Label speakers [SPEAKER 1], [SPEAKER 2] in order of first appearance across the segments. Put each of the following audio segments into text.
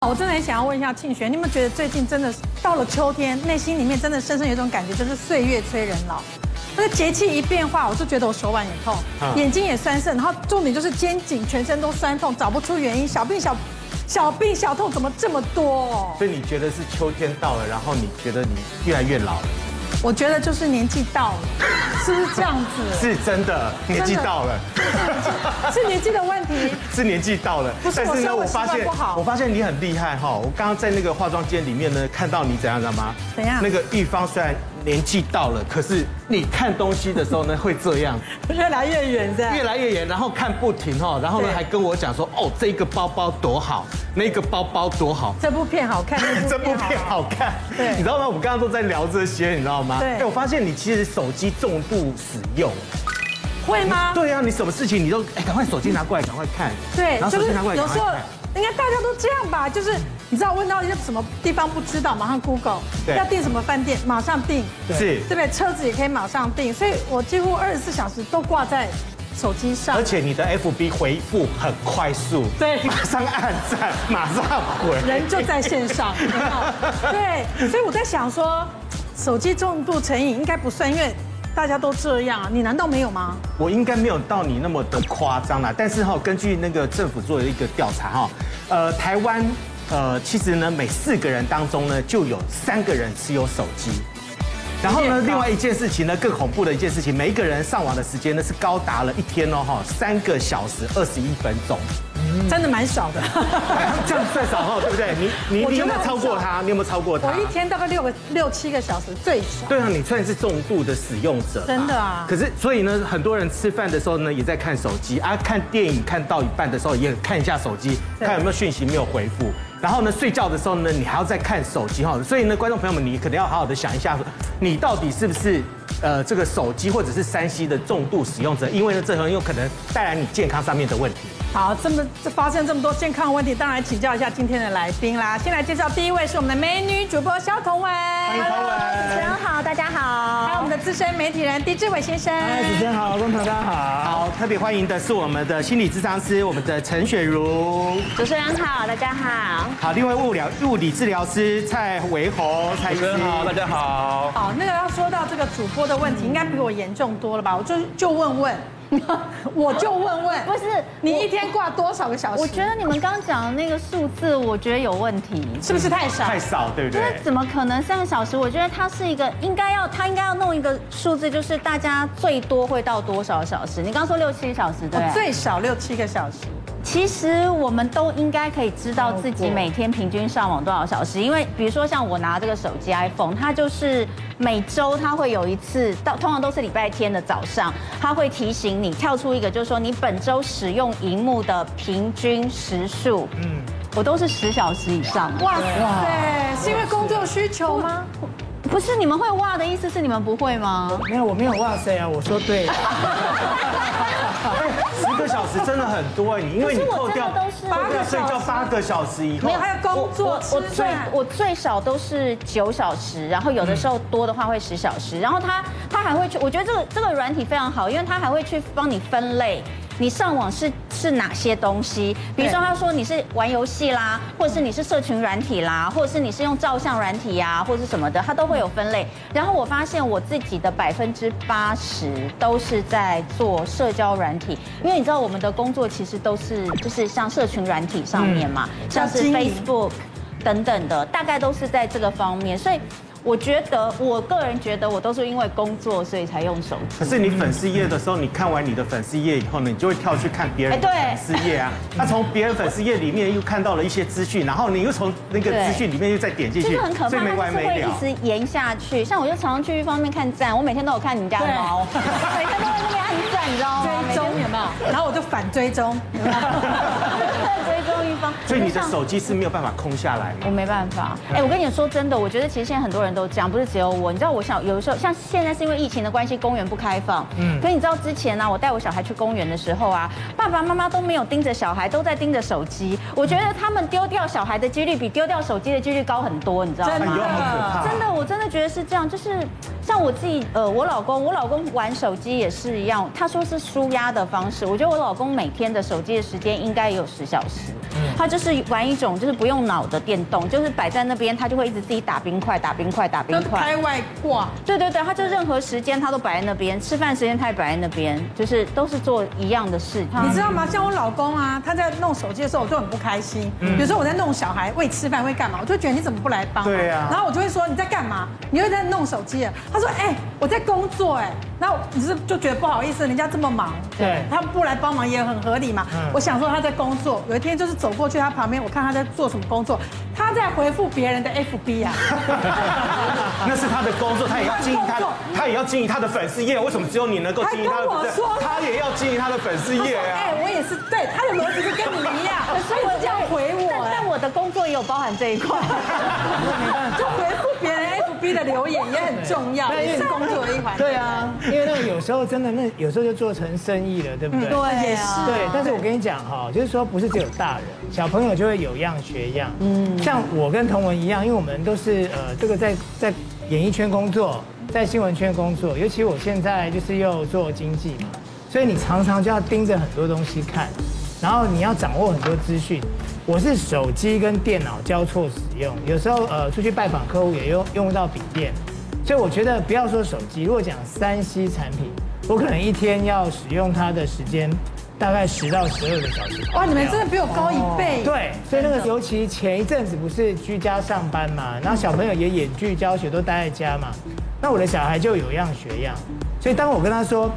[SPEAKER 1] 哦我真的很想要问一下庆璇，你有没有觉得最近真的是到了秋天，内心里面真的深深有一种感觉，就是岁月催人老。那个节气一变化，我就觉得我手腕也痛，
[SPEAKER 2] 啊
[SPEAKER 1] 眼睛也酸涩，然后重点就是肩颈、全身都酸痛，找不出原因。小病小小病小痛怎么这么多、哦？
[SPEAKER 2] 所以你觉得是秋天到了，然后你觉得你越来越老了，
[SPEAKER 1] 我觉得就是年纪到了，是不是这样子？
[SPEAKER 2] 是真的，年纪到了，
[SPEAKER 1] 是年纪的问题。
[SPEAKER 2] 是年纪到了
[SPEAKER 1] 不。是我生活习惯不好
[SPEAKER 2] 我发现你很厉害哈。我刚刚在那个化妆间里面呢，看到你怎样，知道吗？
[SPEAKER 1] 怎样
[SPEAKER 2] 那个玉芳虽然年纪到了，可是你看东西的时候呢，会这 样，
[SPEAKER 1] 越来越远，这样
[SPEAKER 2] 越来越严，然后看不停哈，然后呢
[SPEAKER 1] 对
[SPEAKER 2] 还跟我讲说，哦，这个包包多好，那个包包多好。
[SPEAKER 1] 这部片好看，
[SPEAKER 2] 这部片好看，
[SPEAKER 1] 啊对
[SPEAKER 2] 你知道吗？我们刚刚都在聊这些，你知道吗？
[SPEAKER 1] 对
[SPEAKER 2] 哎我发现你其实手机重度使用，
[SPEAKER 1] 会吗？
[SPEAKER 2] 对啊，你什么事情你都哎，赶快手机拿过来，赶快看。
[SPEAKER 1] 对
[SPEAKER 2] 然，后
[SPEAKER 1] 就
[SPEAKER 2] 手
[SPEAKER 1] 是
[SPEAKER 2] 机拿过来，
[SPEAKER 1] 有
[SPEAKER 2] 赶
[SPEAKER 1] 时
[SPEAKER 2] 快
[SPEAKER 1] 候
[SPEAKER 2] 看。
[SPEAKER 1] 应该大家都这样吧，就是你知道问到一些什么地方不知道，马上 Google，
[SPEAKER 2] 对
[SPEAKER 1] 要订什么饭店马上订，
[SPEAKER 2] 对
[SPEAKER 1] 对不对？车子也可以马上订，所以我几乎二十四小时都挂在手机上，
[SPEAKER 2] 而且你的 FB 回复很快速，
[SPEAKER 1] 对
[SPEAKER 2] 马上按赞，马上回。
[SPEAKER 1] 人就在线 上，有没有对，所以我在想说，手机重度成瘾应该不算，因为大家都这样啊，你难道没有吗？
[SPEAKER 2] 我应该没有到你那么的夸张啦，但是哈、根据那个政府做的一个调查哈、呃，台湾呃，其实呢，每四个人当中呢，就有三个人持有手机。然后
[SPEAKER 1] 有
[SPEAKER 2] 呢，
[SPEAKER 1] 点高
[SPEAKER 2] 另外一件事情呢，更恐怖的一件事情，每一个人上网的时间呢是高达了一天哦哈，三个小时二十一分钟，嗯哎
[SPEAKER 1] 真的蛮少 的，
[SPEAKER 2] 这样算少哈，对不对？你你
[SPEAKER 1] 我
[SPEAKER 2] 你
[SPEAKER 1] 觉
[SPEAKER 2] 有
[SPEAKER 1] 得
[SPEAKER 2] 没有超过他？你有没有超过他？
[SPEAKER 1] 我一天大概六个六七个小时最少。
[SPEAKER 2] 对啊，你算是重度的使用者吧，
[SPEAKER 1] 真的啊
[SPEAKER 2] 可是所以呢，很多人吃饭的时候呢，也在看手机啊，看电影看到一半的时候也看一下手机，
[SPEAKER 1] 对
[SPEAKER 2] 看有没有讯息没有回复。然后呢，睡觉的时候呢，你还要再看手机哈。所以呢，观众朋友们，你可能要好好的想一下，你到底是不是呃这个手机或者是三 C 的重度使用者？因为呢，这很有可能带来你健康上面的问题。
[SPEAKER 1] 好，这么这发生这么多健康问题，当然请教一下今天的来宾啦。先来介绍第一位是我们的美女主播萧彤文，欢
[SPEAKER 2] 迎彤雯
[SPEAKER 1] 主持人好，大家好。还有我们的资深媒体人狄志伟先生，
[SPEAKER 2] 哎持好，观众大家好。好，特别欢迎的是我们的心理咨商师，我们的陈雪茹。
[SPEAKER 3] 主持人好，大家好。
[SPEAKER 2] 好，另外物疗物理治疗师蔡维宏，蔡医
[SPEAKER 4] 主持
[SPEAKER 2] 师
[SPEAKER 4] 人好，大家好。
[SPEAKER 1] 好，那个要说到这个主播的问题，应该比我严重多了吧？我就就问问，我就问问，
[SPEAKER 3] 不是
[SPEAKER 1] 你
[SPEAKER 3] 我
[SPEAKER 1] 一天挂多少个小时？
[SPEAKER 3] 我觉得你们刚讲的那个数字，我觉得有问题。
[SPEAKER 1] 是不是太少？
[SPEAKER 2] 太少，对不
[SPEAKER 3] 就
[SPEAKER 2] 对？
[SPEAKER 3] 是怎么可能三个小时？我觉得它是一个应该要，它应该要弄一个数字，就是大家最多会到多少小时？你刚说六七小时，对不
[SPEAKER 1] 我
[SPEAKER 3] 对？
[SPEAKER 1] 最少六七个小时。
[SPEAKER 3] 其实我们都应该可以知道自己每天平均上网多少小时，因为比如说像我拿这个手机 iPhone，它就是每周它会有一次，到通常都是礼拜天的早上，它会提醒你跳出一个，就是说你本周使用荧幕的平均时数。嗯，我都是十小时以上。啊哇，
[SPEAKER 1] 哇塞，是因为工作需求吗？
[SPEAKER 3] 不是你们会哇的意思是你们不会吗？
[SPEAKER 5] 没有，我没有哇塞啊！我说对了，
[SPEAKER 2] 哎十个小时真的很多哎，你因为你
[SPEAKER 3] 可是我
[SPEAKER 2] 扣掉
[SPEAKER 3] 真的都是
[SPEAKER 2] 扣掉睡
[SPEAKER 1] 八个
[SPEAKER 2] 觉
[SPEAKER 1] 小时
[SPEAKER 2] 八个小时以后
[SPEAKER 1] 没有，，还有工作、
[SPEAKER 3] 我
[SPEAKER 1] 吃
[SPEAKER 3] 最
[SPEAKER 1] 饭。
[SPEAKER 3] 我最少都是九小时，然后有的时候多的话会十小时，然后它它还会去，我觉得这个这个软体非常好，因为它还会去帮你分类。你上网是是哪些东西？比如说，
[SPEAKER 1] 对
[SPEAKER 3] 他说你是玩游戏啦，或者是你是社群软体啦，或者是你是用照相软体呀、或者是什么的，它都会有分类。然后我发现我自己的百分之八十都是在做社交软体，因为你知道我们的工作其实都是就是像社群软体上面嘛，像是
[SPEAKER 1] 经营
[SPEAKER 3] Facebook。Facebook 等等的，大概都是在这个方面。所以我觉得，我个人觉得，我都是因为工作所以才用手机。
[SPEAKER 2] 可是你粉丝页的时候，你看完你的粉丝页以后呢，你就会跳去看别人的
[SPEAKER 3] 哎
[SPEAKER 2] 粉
[SPEAKER 3] 对
[SPEAKER 2] 丝页 啊。那从别人粉丝页里面又看到了一些资讯，然后你又从那个
[SPEAKER 3] 对
[SPEAKER 2] 资讯里面又再点进
[SPEAKER 3] 这
[SPEAKER 2] 去
[SPEAKER 3] 个很可，怕，
[SPEAKER 2] 所以没
[SPEAKER 3] 它
[SPEAKER 2] 完
[SPEAKER 3] 就是
[SPEAKER 2] 没
[SPEAKER 3] 会
[SPEAKER 2] 了
[SPEAKER 3] 一。直延下去。像我就常常去一方面看赞，我每天都有看你们家的 猫，每天都在那边按赞，你知道吗？
[SPEAKER 1] 追
[SPEAKER 3] 每
[SPEAKER 1] 踪
[SPEAKER 3] 天
[SPEAKER 1] 有没有？然后我就反追踪，有没有
[SPEAKER 3] 对追踪一方，
[SPEAKER 2] 所以你的
[SPEAKER 3] 就像
[SPEAKER 2] 手机是没有办法空下来吗？
[SPEAKER 3] 我没办法。哎，我跟你说真的，我觉得其实现在很多人都这样，不是只有我。你知道，我想有的时候，像现在是因为疫情的关系，公园不开放。嗯。可你知道之前呢、我带我小孩去公园的时候啊，爸爸妈妈都没有盯着小孩，都在盯着手机。我觉得他们丢掉小孩的几率比丢掉手机的几率高很多，你知道
[SPEAKER 1] 真
[SPEAKER 2] 哎呦，
[SPEAKER 3] 吗？
[SPEAKER 2] 好可怕！
[SPEAKER 1] 啊
[SPEAKER 3] 真的，我真的觉得是这样，就是像我自己，呃，我老公，我老公玩手机也是一
[SPEAKER 1] 嗯
[SPEAKER 3] 样，他说是舒压的方式。我觉得我老公每天的手机的时间应该也有十小时，它就是玩一种就是不用脑的电动，就是摆在那边，它就会一直自己打冰块、打冰块、打冰
[SPEAKER 1] 都
[SPEAKER 3] 块
[SPEAKER 1] 开。外挂，
[SPEAKER 3] 对对对，它就任何时间它都摆在那边，吃饭时间它也摆在那边，就是都是做一样的事。
[SPEAKER 2] 啊
[SPEAKER 1] 你知道吗？像我老公啊，他在弄手机的时候，我就很不开心。
[SPEAKER 2] 嗯
[SPEAKER 1] 有时候我在弄小孩喂吃饭喂干嘛，我就觉得你怎么不来帮、
[SPEAKER 2] 对啊
[SPEAKER 1] 然后我就会说你在干嘛？你又在弄手机了。他说哎、我在工作哎、然后只是就觉得不好意思，人家这么忙，
[SPEAKER 5] 对
[SPEAKER 1] 他不来帮忙也很合理嘛。
[SPEAKER 2] 嗯
[SPEAKER 1] 我想说他在工作，有一天就是走过去他旁边，我看他在做什么工作，他在回复别人的 FB 啊。
[SPEAKER 2] 那是他的工作，他也要经营他的，他也要经营他的粉丝业。为什么只有你能够经营他的粉
[SPEAKER 1] 还
[SPEAKER 2] 丝
[SPEAKER 1] 跟我说？
[SPEAKER 2] 他也要经营他的粉丝
[SPEAKER 1] 他
[SPEAKER 2] 业
[SPEAKER 1] 说
[SPEAKER 2] 啊
[SPEAKER 1] 哎、！我也是，对他的逻辑就跟你一样，
[SPEAKER 3] 可是
[SPEAKER 1] 所以
[SPEAKER 3] 我
[SPEAKER 1] 这样回我、
[SPEAKER 3] 但
[SPEAKER 1] 哎
[SPEAKER 3] 但我的工作也有包含这 一块。
[SPEAKER 1] 就回复别人 FB 的留言也很重要，
[SPEAKER 5] 对
[SPEAKER 1] 也是工作的一环。
[SPEAKER 5] 对，啊，因为那个有时候真的，那有时候就做成生意了，嗯对不啊对？
[SPEAKER 1] 也是
[SPEAKER 5] 对，但是我跟你讲哈，就是说不是只有大人，小朋友就会有样学样。嗯，像我跟童文一样，因为我们都是呃这个在在演艺圈工作，在新闻圈工作，尤其我现在就是又做经济嘛，所以你常常就要盯着很多东西看，然后你要掌握很多资讯。我是手机跟电脑交错使用，有时候呃出去拜访客户也用用到笔电，所以我觉得不要说手机，如果讲三 C 产品，我可能一天要使用它的时间大概十到十二个小时。
[SPEAKER 1] 哇，你们真的比我高一倍。
[SPEAKER 5] 对，所以那个尤其前一阵子不是居家上班嘛，然后小朋友也远距教学，都待在家嘛，那我的小孩就有样学样，所以当我跟他说。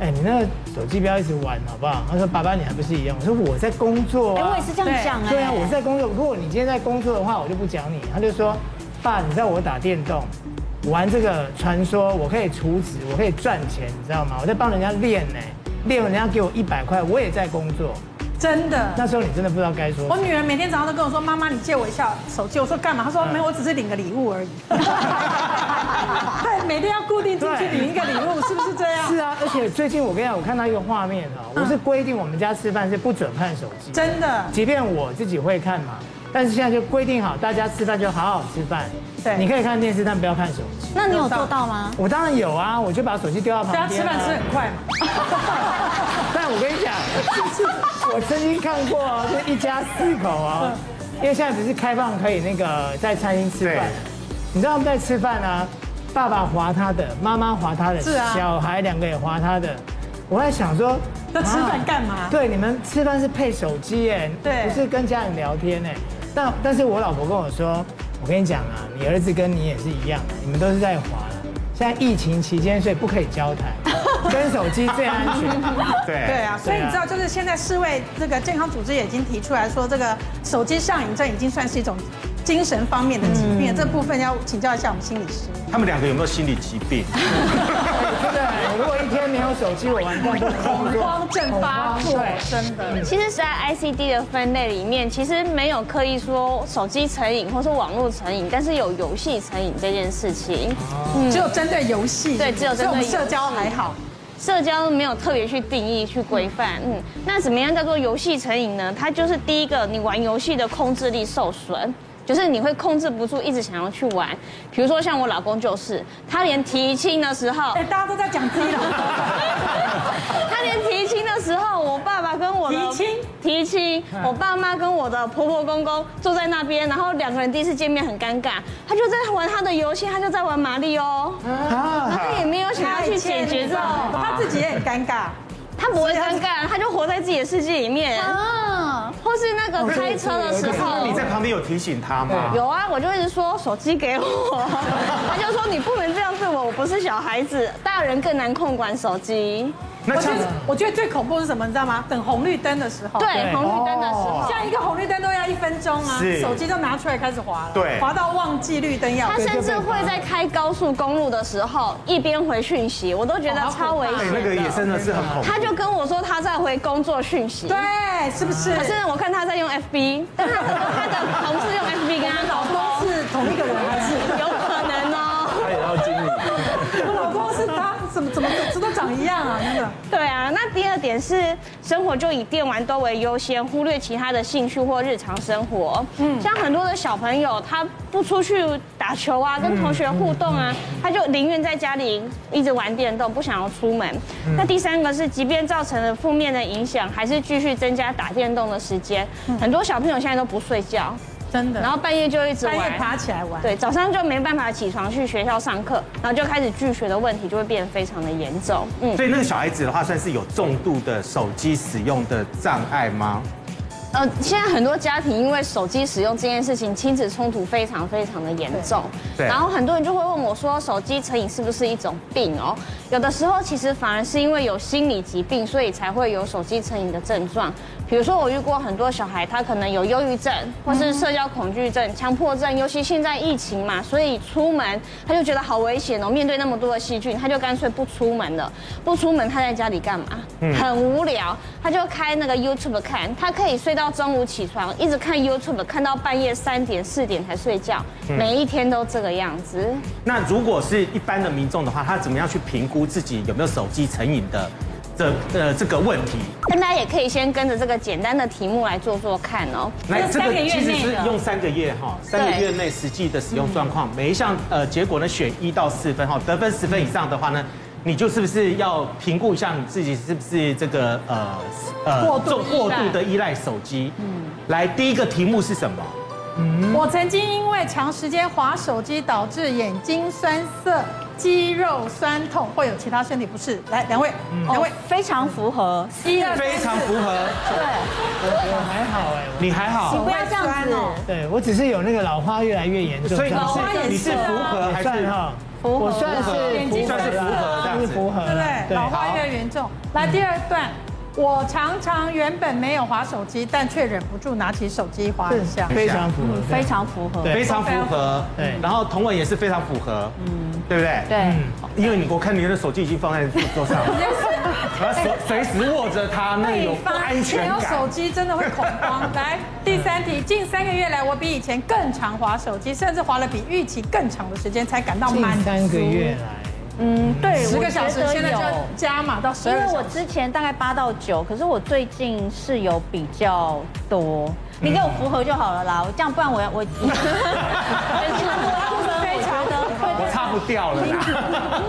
[SPEAKER 5] 哎，你那个手机不要一直玩好不好？他说：“爸爸，你还不是一样？”我说：“我在工作
[SPEAKER 3] 哎，
[SPEAKER 5] 啊。”
[SPEAKER 3] 我也是这样讲哎。
[SPEAKER 5] 对啊，我在工作。如果你今天在工作的话，我就不讲你。他就说，爸，你知道我打电动，玩这个传说，我可以储值，我可以赚钱，你知道吗？我在帮人家练呢，练人家给我一百块，我也在工作。
[SPEAKER 1] 真的。
[SPEAKER 5] 那时候你真的不知道该说什
[SPEAKER 1] 我
[SPEAKER 5] 么。
[SPEAKER 1] 女儿每天早上都跟我说：“妈妈，你借我一下手机。”我说：“干嘛？”她说：“没有，我只是领个礼物而已。”对，每天要固定进去领一个礼物，是不是这样？
[SPEAKER 5] 是啊，而且最近我跟你讲，我看到一个画面啊，我是规定我们家吃饭是不准看手机。
[SPEAKER 1] 真的。
[SPEAKER 5] 即便我自己会看嘛，但是现在就规定好，大家吃饭就好好吃饭。
[SPEAKER 1] 对
[SPEAKER 5] 你可以看电视，但不要看手机。
[SPEAKER 3] 那你有做到吗？
[SPEAKER 5] 我当然有啊，我就把手机丢到旁
[SPEAKER 1] 大家
[SPEAKER 5] 边、啊。
[SPEAKER 1] 吃饭吃很快嘛，
[SPEAKER 5] 但我跟你讲， 我曾经看过啊，就一家四口啊，因为现在不是开放可以那个在餐厅吃饭
[SPEAKER 2] 对，
[SPEAKER 5] 你知道他们在吃饭啊，爸爸划他的，妈妈划他的，
[SPEAKER 1] 是啊
[SPEAKER 5] 小孩两个也划他的。我在想说，
[SPEAKER 1] 那吃
[SPEAKER 5] 啊
[SPEAKER 1] 饭干嘛？
[SPEAKER 5] 对，你们吃饭是配手机耶，
[SPEAKER 1] 对
[SPEAKER 5] 不是跟家人聊天哎。但但是我老婆跟我说，我跟你讲啊，你儿子跟你也是一样，你们都是在滑了。现在疫情期间，所以不可以交谈， 跟手机最安全。
[SPEAKER 2] 对
[SPEAKER 1] 对啊，所以你知道，就是现在世卫这个健康组织也已经提出来说，这个手机上瘾症已经算是一种精神方面的疾病了。这部分要请教一下我们心理师。
[SPEAKER 2] 他们两个有没有心理疾病？
[SPEAKER 5] 真的，
[SPEAKER 1] 啊
[SPEAKER 5] 我如果一天没有手机，我完蛋都恐
[SPEAKER 1] 慌
[SPEAKER 4] 嗯
[SPEAKER 1] 症发作，真的。
[SPEAKER 4] 其实，在 ICD 的分类里面，其实没有刻意说手机成瘾或是网络成瘾，但是有游戏成瘾这件事情，
[SPEAKER 1] 只有针对游戏，
[SPEAKER 4] 对只有针对
[SPEAKER 1] 所以我们
[SPEAKER 4] 游戏
[SPEAKER 1] 社交还好，
[SPEAKER 4] 社交没有特别去定义、去规范。嗯，那怎么样叫做游戏成瘾呢？它就是第一个，你玩游戏的控制力受损。就是你会控制不住，一直想要去玩。比如说像我老公就是，他连提亲的时候，
[SPEAKER 1] 哎，大家都在讲自己老
[SPEAKER 4] 他连提亲的时候，我爸爸跟我的
[SPEAKER 1] 提亲
[SPEAKER 4] 提亲，我爸妈跟我的婆婆公公坐在那边，然后两个人第一次见面很尴尬，他就在玩他的游戏，他就在玩马里奥，
[SPEAKER 5] 啊！
[SPEAKER 4] 他也没有想要去解决这种，
[SPEAKER 1] 他自己也很尴尬。
[SPEAKER 4] 他不会尴尬，他就活在自己的世界里面，
[SPEAKER 3] 嗯，
[SPEAKER 4] 或是那个开车的时候
[SPEAKER 2] 你。在旁边有提醒他吗？
[SPEAKER 4] 有啊，我就一直说手机给 我，他就说你不能这样对我，我不是小孩子，大人更难控管手机。
[SPEAKER 2] 那
[SPEAKER 1] 我
[SPEAKER 2] 这
[SPEAKER 1] 觉
[SPEAKER 2] 样子
[SPEAKER 1] 得，我觉得最恐怖是什么，你知道吗？等红绿灯的时候，，
[SPEAKER 4] 对，红绿灯的时候。
[SPEAKER 1] 像一个红绿灯都要一分钟啊，
[SPEAKER 2] 是
[SPEAKER 1] 手机就拿出来开始滑了，
[SPEAKER 2] 对
[SPEAKER 1] 滑到忘记绿灯要
[SPEAKER 4] 他。甚至会在开高速公路的时候一边回讯息，我都觉得超危
[SPEAKER 2] 哎，
[SPEAKER 4] 险
[SPEAKER 2] 那个也
[SPEAKER 4] 的。
[SPEAKER 2] 真的是很恐怖。
[SPEAKER 4] 他就跟我说他在回工作讯息，
[SPEAKER 1] 对，，是不是？
[SPEAKER 4] 可是我看他在用 FB，但是他的他的同事用 FB 跟他
[SPEAKER 1] 老
[SPEAKER 4] 沟
[SPEAKER 1] 公
[SPEAKER 4] 通，
[SPEAKER 1] 是同一个人还是？
[SPEAKER 4] 有可能哦。
[SPEAKER 6] 他也要经理，
[SPEAKER 1] 我老公是他，怎么怎么怎么都长一样啊？真的。
[SPEAKER 4] 对啊，那第二点是生活就以电玩都为优先，忽略其他的兴趣或日常生活。嗯，像很多的小朋友，他不出去打球
[SPEAKER 1] 嗯
[SPEAKER 4] 啊，跟同学互动啊，他就宁愿在家里一直玩电动，不想要出门。
[SPEAKER 1] 嗯
[SPEAKER 4] 那第三个是，即便造成了负面的影响，还是继续增加打电动的时间。很多小朋友现在都不睡觉，
[SPEAKER 1] 嗯真的。
[SPEAKER 4] 然后半夜就一直
[SPEAKER 1] 半
[SPEAKER 4] 玩，
[SPEAKER 1] 夜爬起来玩，
[SPEAKER 4] 对，早上就没办法起床去学校上课，然后就开始拒学的问题就会变得非常的严重。嗯，
[SPEAKER 2] 所以那个小孩子的话，算是有重度的手机使用的障碍吗？
[SPEAKER 4] 呃，现在很多家庭因为手机使用这件事情，亲子冲突非常非常的严重。
[SPEAKER 2] 对对
[SPEAKER 4] 然后很多人就会问我说，手机成瘾是不是一种病哦？有的时候其实反而是因为有心理疾病，所以才会有手机成瘾的症状。比如说我遇过很多小孩，他可能有忧郁症，或是社交恐惧症、强迫症，尤其现在疫情嘛，所以出门他就觉得好危险哦，面对那么多的细菌，他就干脆不出门了。不出门他在家里干嘛？
[SPEAKER 2] 嗯
[SPEAKER 4] 很无聊，他就开那个 YouTube 看，他可以睡到中午起床，一直看 YouTube 看到半夜三点四点才睡觉，
[SPEAKER 2] 嗯
[SPEAKER 4] 每一天都这个样子。
[SPEAKER 2] 那如果是一般的民众的话，他怎么样去评估自己有没有手机成瘾的这呃这个问题？
[SPEAKER 4] 但大家也可以先跟着这个简单的题目来做做看哦。
[SPEAKER 2] 那这
[SPEAKER 1] 三
[SPEAKER 2] 个
[SPEAKER 1] 个月内
[SPEAKER 2] 其实是
[SPEAKER 4] 啊
[SPEAKER 1] 的嗯
[SPEAKER 2] 用三个月哈，三个月内实际的使用状况，每一项呃结果呢选一到四分哈，得分十分以上的话呢，你就是不是要评估一下你自己是不是这个呃呃
[SPEAKER 1] 过度
[SPEAKER 2] 重
[SPEAKER 1] 依赖
[SPEAKER 2] 过度的依赖手机？嗯，来第一个题目是什么？
[SPEAKER 1] 我曾经因为长时间划手机导致眼睛酸涩、肌肉酸痛，会有其他身体不适。来，两位，两位，
[SPEAKER 3] 非常符合，
[SPEAKER 1] 一二
[SPEAKER 2] 非常符合，
[SPEAKER 5] 我我还好哎，
[SPEAKER 2] 你还
[SPEAKER 3] 你
[SPEAKER 2] 好
[SPEAKER 3] 不，要这样
[SPEAKER 1] 酸
[SPEAKER 3] 子，
[SPEAKER 1] 哦
[SPEAKER 5] 对我只是有那个老花越来越严重，
[SPEAKER 2] 所以
[SPEAKER 5] 这样子
[SPEAKER 1] 花也是
[SPEAKER 2] 你是你是符合还
[SPEAKER 5] 也
[SPEAKER 2] 是
[SPEAKER 5] 算哈，
[SPEAKER 3] 符合
[SPEAKER 5] 我算是
[SPEAKER 1] 眼
[SPEAKER 5] 符
[SPEAKER 1] 睛
[SPEAKER 5] 合
[SPEAKER 1] 算是
[SPEAKER 5] 啦，
[SPEAKER 1] 符
[SPEAKER 2] 合这样子
[SPEAKER 5] 是符合
[SPEAKER 1] 对不
[SPEAKER 5] 啦，
[SPEAKER 1] 对？嗯老花越来越严重。来第二段，我常常原本没有划手机，但却忍不住拿起手机划一下
[SPEAKER 5] 是。非常符合，
[SPEAKER 3] 非常符合，
[SPEAKER 5] 对
[SPEAKER 2] 非常符合，
[SPEAKER 5] 对
[SPEAKER 2] 然后同文也是非常符合，嗯，对不对？
[SPEAKER 3] 对。
[SPEAKER 2] 因为你我看你的手机已经放在 桌上了，然后随随时握着它，那有不安全
[SPEAKER 1] 没有手
[SPEAKER 2] 感。
[SPEAKER 1] 机真的会恐慌。来，第三题，近三个月来，我比以前更常划手机，甚至划了比预期更长的时间，才感到
[SPEAKER 5] 近
[SPEAKER 1] 满足。
[SPEAKER 5] 三个月来。
[SPEAKER 3] 嗯，对，
[SPEAKER 1] 十
[SPEAKER 3] 我
[SPEAKER 1] 个小时
[SPEAKER 3] 觉，得
[SPEAKER 1] 现在就要
[SPEAKER 3] 有
[SPEAKER 1] 加码到十
[SPEAKER 3] 因
[SPEAKER 1] 二
[SPEAKER 3] 为
[SPEAKER 1] 个小
[SPEAKER 3] 我
[SPEAKER 1] 时。
[SPEAKER 3] 之前大概八到九，可是我最近是有比较多，
[SPEAKER 1] 嗯
[SPEAKER 3] 你给我符合就好了啦。我这样，不然我要 我，我
[SPEAKER 1] 非常符合
[SPEAKER 2] 我擦不掉了啦。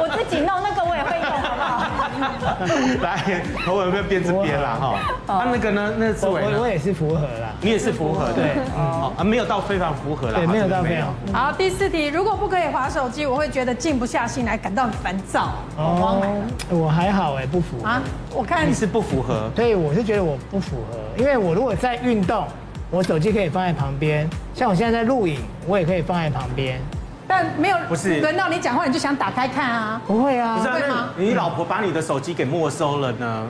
[SPEAKER 3] 我自己弄那个我也会用，好不 好？
[SPEAKER 2] 来，头文会变这边啦哈。
[SPEAKER 1] 哦
[SPEAKER 2] 啊，那个呢？那志
[SPEAKER 5] 我
[SPEAKER 2] 伟
[SPEAKER 5] 我我
[SPEAKER 2] 呢？
[SPEAKER 5] 也是符合啦，
[SPEAKER 2] 你也是符合的，
[SPEAKER 5] 对
[SPEAKER 2] 哦啊，没有到非常符合啦。
[SPEAKER 5] 对，
[SPEAKER 2] 哈
[SPEAKER 5] 没有
[SPEAKER 2] 这个
[SPEAKER 5] 到非常符
[SPEAKER 1] 好，第四题，如果不可以划手机，我会觉得静不下心来，感到很烦躁、
[SPEAKER 5] 合。
[SPEAKER 1] 恐慌来了
[SPEAKER 5] 哦我还好哎，不符合
[SPEAKER 1] 啊。我看
[SPEAKER 2] 你是不符合，
[SPEAKER 5] 所以我是觉得我不符合，因为我如果在运动，我手机可以放在旁边，像我现在在录影，我也可以放在旁边。
[SPEAKER 1] 但没有，
[SPEAKER 2] 不是
[SPEAKER 1] 轮到你讲话，你就想打开看啊。
[SPEAKER 5] 不会
[SPEAKER 2] 不是
[SPEAKER 5] 啊，
[SPEAKER 2] 啊？
[SPEAKER 1] 会吗
[SPEAKER 2] 那你老婆把你的手机给没收了呢？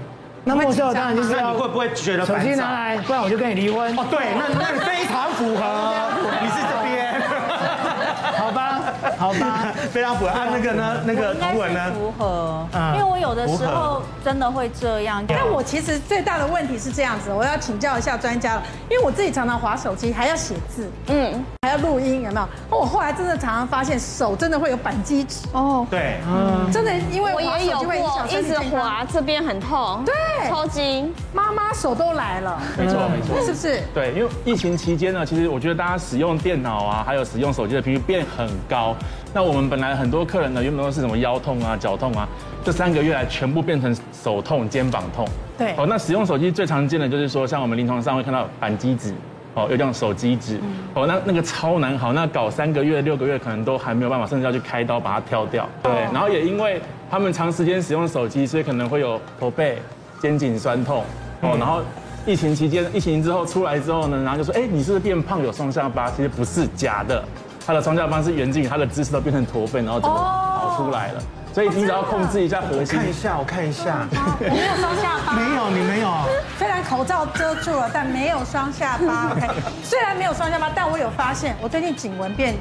[SPEAKER 5] 那没收当然就是
[SPEAKER 2] 那
[SPEAKER 5] 要
[SPEAKER 2] 你会不会觉得
[SPEAKER 5] 手
[SPEAKER 2] 烦
[SPEAKER 5] 机
[SPEAKER 2] 躁
[SPEAKER 5] 拿？来，不然我就跟你离婚，
[SPEAKER 2] 哦，对，那那非常符合，哦你是这边。
[SPEAKER 5] 好吧？好吧，
[SPEAKER 2] 非常符合。啊，那个呢？那个
[SPEAKER 3] 应该
[SPEAKER 2] 图文
[SPEAKER 3] 是
[SPEAKER 2] 呢？
[SPEAKER 3] 符合，
[SPEAKER 1] 啊
[SPEAKER 5] 嗯
[SPEAKER 3] 因为我有的时
[SPEAKER 2] 符合
[SPEAKER 3] 候真的会这样。
[SPEAKER 1] 但我其实最大的问题是这样子，我要请教一下专家了，因为我自己常常划手机，还要写字，
[SPEAKER 4] 嗯，
[SPEAKER 1] 还要录音，有没有？我后来真的常常发现手真的会有扳机指，
[SPEAKER 3] 哦，
[SPEAKER 2] 对，
[SPEAKER 5] 嗯，
[SPEAKER 1] 真的因为
[SPEAKER 4] 我
[SPEAKER 1] 划
[SPEAKER 4] 也
[SPEAKER 1] 手
[SPEAKER 4] 有
[SPEAKER 1] 机会影
[SPEAKER 4] 过
[SPEAKER 1] 响，身
[SPEAKER 4] 一
[SPEAKER 1] 体
[SPEAKER 4] 直
[SPEAKER 1] 健康，
[SPEAKER 4] 滑这边很痛，
[SPEAKER 1] 对
[SPEAKER 4] 抽筋。
[SPEAKER 1] 妈妈手都来了，
[SPEAKER 6] 没错没错。
[SPEAKER 1] 是不是？
[SPEAKER 6] 对，因为疫情期间呢，其实我觉得大家使用电脑啊，还有使用手机的频率变很高。那我们本来很多客人呢，原本都是什么腰痛啊、脚痛啊，这三个月来全部变成手痛、肩膀痛。
[SPEAKER 1] 对
[SPEAKER 6] 哦，那使用手机最常见的就是说，像我们临床上会看到扳机指。哦，又叫手机指，哦，那那个超难好，那搞三个月、六个月可能都还没有办法，甚至要去开刀把它挑掉。对，然后也因为他们长时间使用手机，所以可能会有驼背、肩颈酸痛，哦，然后疫情期间，疫情之后出来之后呢，然后就说，哎，你是不是变胖有双下巴？其实不是假的，他的双下巴是源自于他的姿势都变成驼背，然后整个跑出来了。所以你只要控制一下核
[SPEAKER 2] 我
[SPEAKER 6] 心
[SPEAKER 2] 看一下，我看一下，
[SPEAKER 3] 没有双下巴，
[SPEAKER 2] 没 有，你没有。
[SPEAKER 1] 虽然口罩遮住了，但没有双下 巴。OK，虽然没有双下巴，但我有发现，我最近颈纹变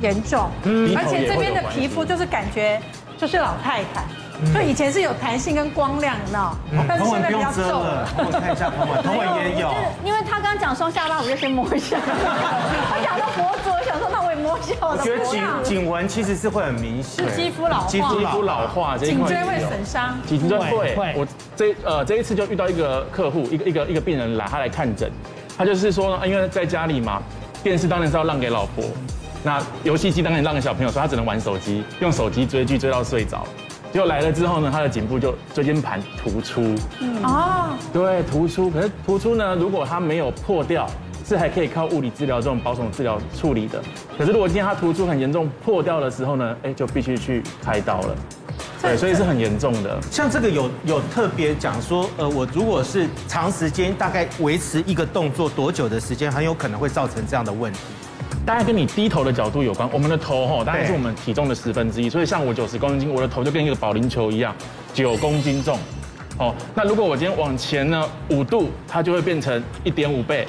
[SPEAKER 1] 严重，
[SPEAKER 2] 嗯
[SPEAKER 6] 鼻头
[SPEAKER 1] 而且这边的皮肤就是感觉就是老太太，
[SPEAKER 2] 嗯
[SPEAKER 1] 就以前是有弹性跟光亮的，但是
[SPEAKER 2] 彭
[SPEAKER 1] 现
[SPEAKER 2] 文
[SPEAKER 1] 在
[SPEAKER 2] 嗯不
[SPEAKER 1] 比
[SPEAKER 2] 用
[SPEAKER 1] 较
[SPEAKER 2] 遮
[SPEAKER 1] 皱
[SPEAKER 2] 了
[SPEAKER 1] 了。，
[SPEAKER 2] 我看一下彭文，彭文也有
[SPEAKER 3] 我。 就是因为他刚刚讲双下巴，我就先摸一下，我想说佛祖，我想说那我也摸一下我的
[SPEAKER 2] 觉得颈颈纹其实是会很明显，
[SPEAKER 1] 是肌肤老化
[SPEAKER 2] 肌肤
[SPEAKER 6] 肌
[SPEAKER 2] 老
[SPEAKER 6] 肤老化这一
[SPEAKER 1] 颈
[SPEAKER 6] 块
[SPEAKER 1] 椎
[SPEAKER 6] 也
[SPEAKER 1] 会
[SPEAKER 6] 有
[SPEAKER 1] 损伤。
[SPEAKER 6] 颈椎会
[SPEAKER 5] 会
[SPEAKER 6] 我这呃这一次就遇到一个客户，一个一个一个病人来，他来看诊，他就是说，啊因为在家里嘛，电视当然是要让给老婆，那游戏机当然让给小朋友，所以他只能玩手机，用手机追剧追到睡着。结果来了之后呢，他的颈部就椎间盘突出，
[SPEAKER 1] 哦，
[SPEAKER 6] 对，突出。可是突出呢，如果它没有破掉，是还可以靠物理治疗这种保守治疗处理的。可是如果今天它突出很严重破掉的时候呢，哎，就必须去开刀了。对，所以是很严重的。
[SPEAKER 2] 像这个有有特别讲说，呃，我如果是长时间大概维持一个动作多久的时间，很有可能会造成这样的问题。
[SPEAKER 6] 当然跟你低头的角度有关。我们的头吼，当然是
[SPEAKER 2] 对
[SPEAKER 6] 我们体重的十分之一，所以像我九十公斤，我的头就跟一个保龄球一样，九公斤重。哦，那如果我今天往前呢五度，它就会变成一点五倍，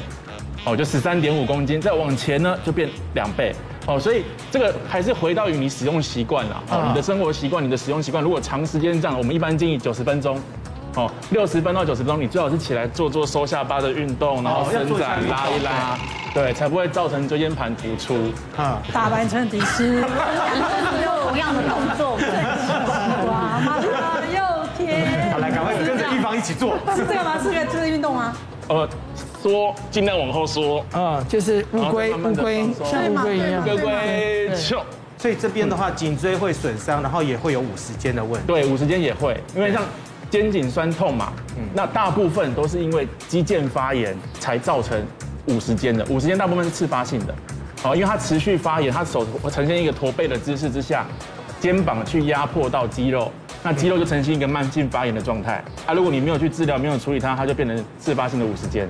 [SPEAKER 6] 哦，就十三点五公斤。再往前呢，就变两倍。哦，所以这个还是回到于你使用习惯啦，哦，你的生活习惯、你的使用习惯，如果长时间这样，我们一般建议九十分钟。哦，六十分到九十分钟，你最好是起来做做收下巴的运动，然后
[SPEAKER 2] 哦要
[SPEAKER 6] 伸
[SPEAKER 2] 做一下
[SPEAKER 6] 展
[SPEAKER 2] 运动
[SPEAKER 6] 拉一拉，对，才不会造成椎间盘突出。
[SPEAKER 2] 啊，
[SPEAKER 1] 大白成的 师，
[SPEAKER 3] 同样的动作，
[SPEAKER 1] 哇，妈的又甜。
[SPEAKER 2] 好，来，赶快跟着一方一起做。
[SPEAKER 1] 是这个吗？是个这个运动吗？
[SPEAKER 6] 呃，缩，尽量往后缩，
[SPEAKER 5] 啊，就是乌龟，
[SPEAKER 6] 然后
[SPEAKER 5] 乌
[SPEAKER 6] 再慢慢地
[SPEAKER 5] 龟
[SPEAKER 6] 放松
[SPEAKER 5] 像乌龟一样，
[SPEAKER 6] 龟龟翘。
[SPEAKER 2] 所以这边的话，颈椎会损伤，然后也会有五十肩的问题。
[SPEAKER 6] 对，五十肩也会，因为像肩颈酸痛嘛，那大部分都是因为肌腱发炎才造成五十肩的。五十肩大部分是自发性的，哦，因为它持续发炎，它手呈现一个驼背的姿势之下，肩膀去压迫到肌肉。那肌肉就呈现一个慢性发炎的状态啊！如果你没有去治疗，没有处理它，它就变成自发性的五十肩。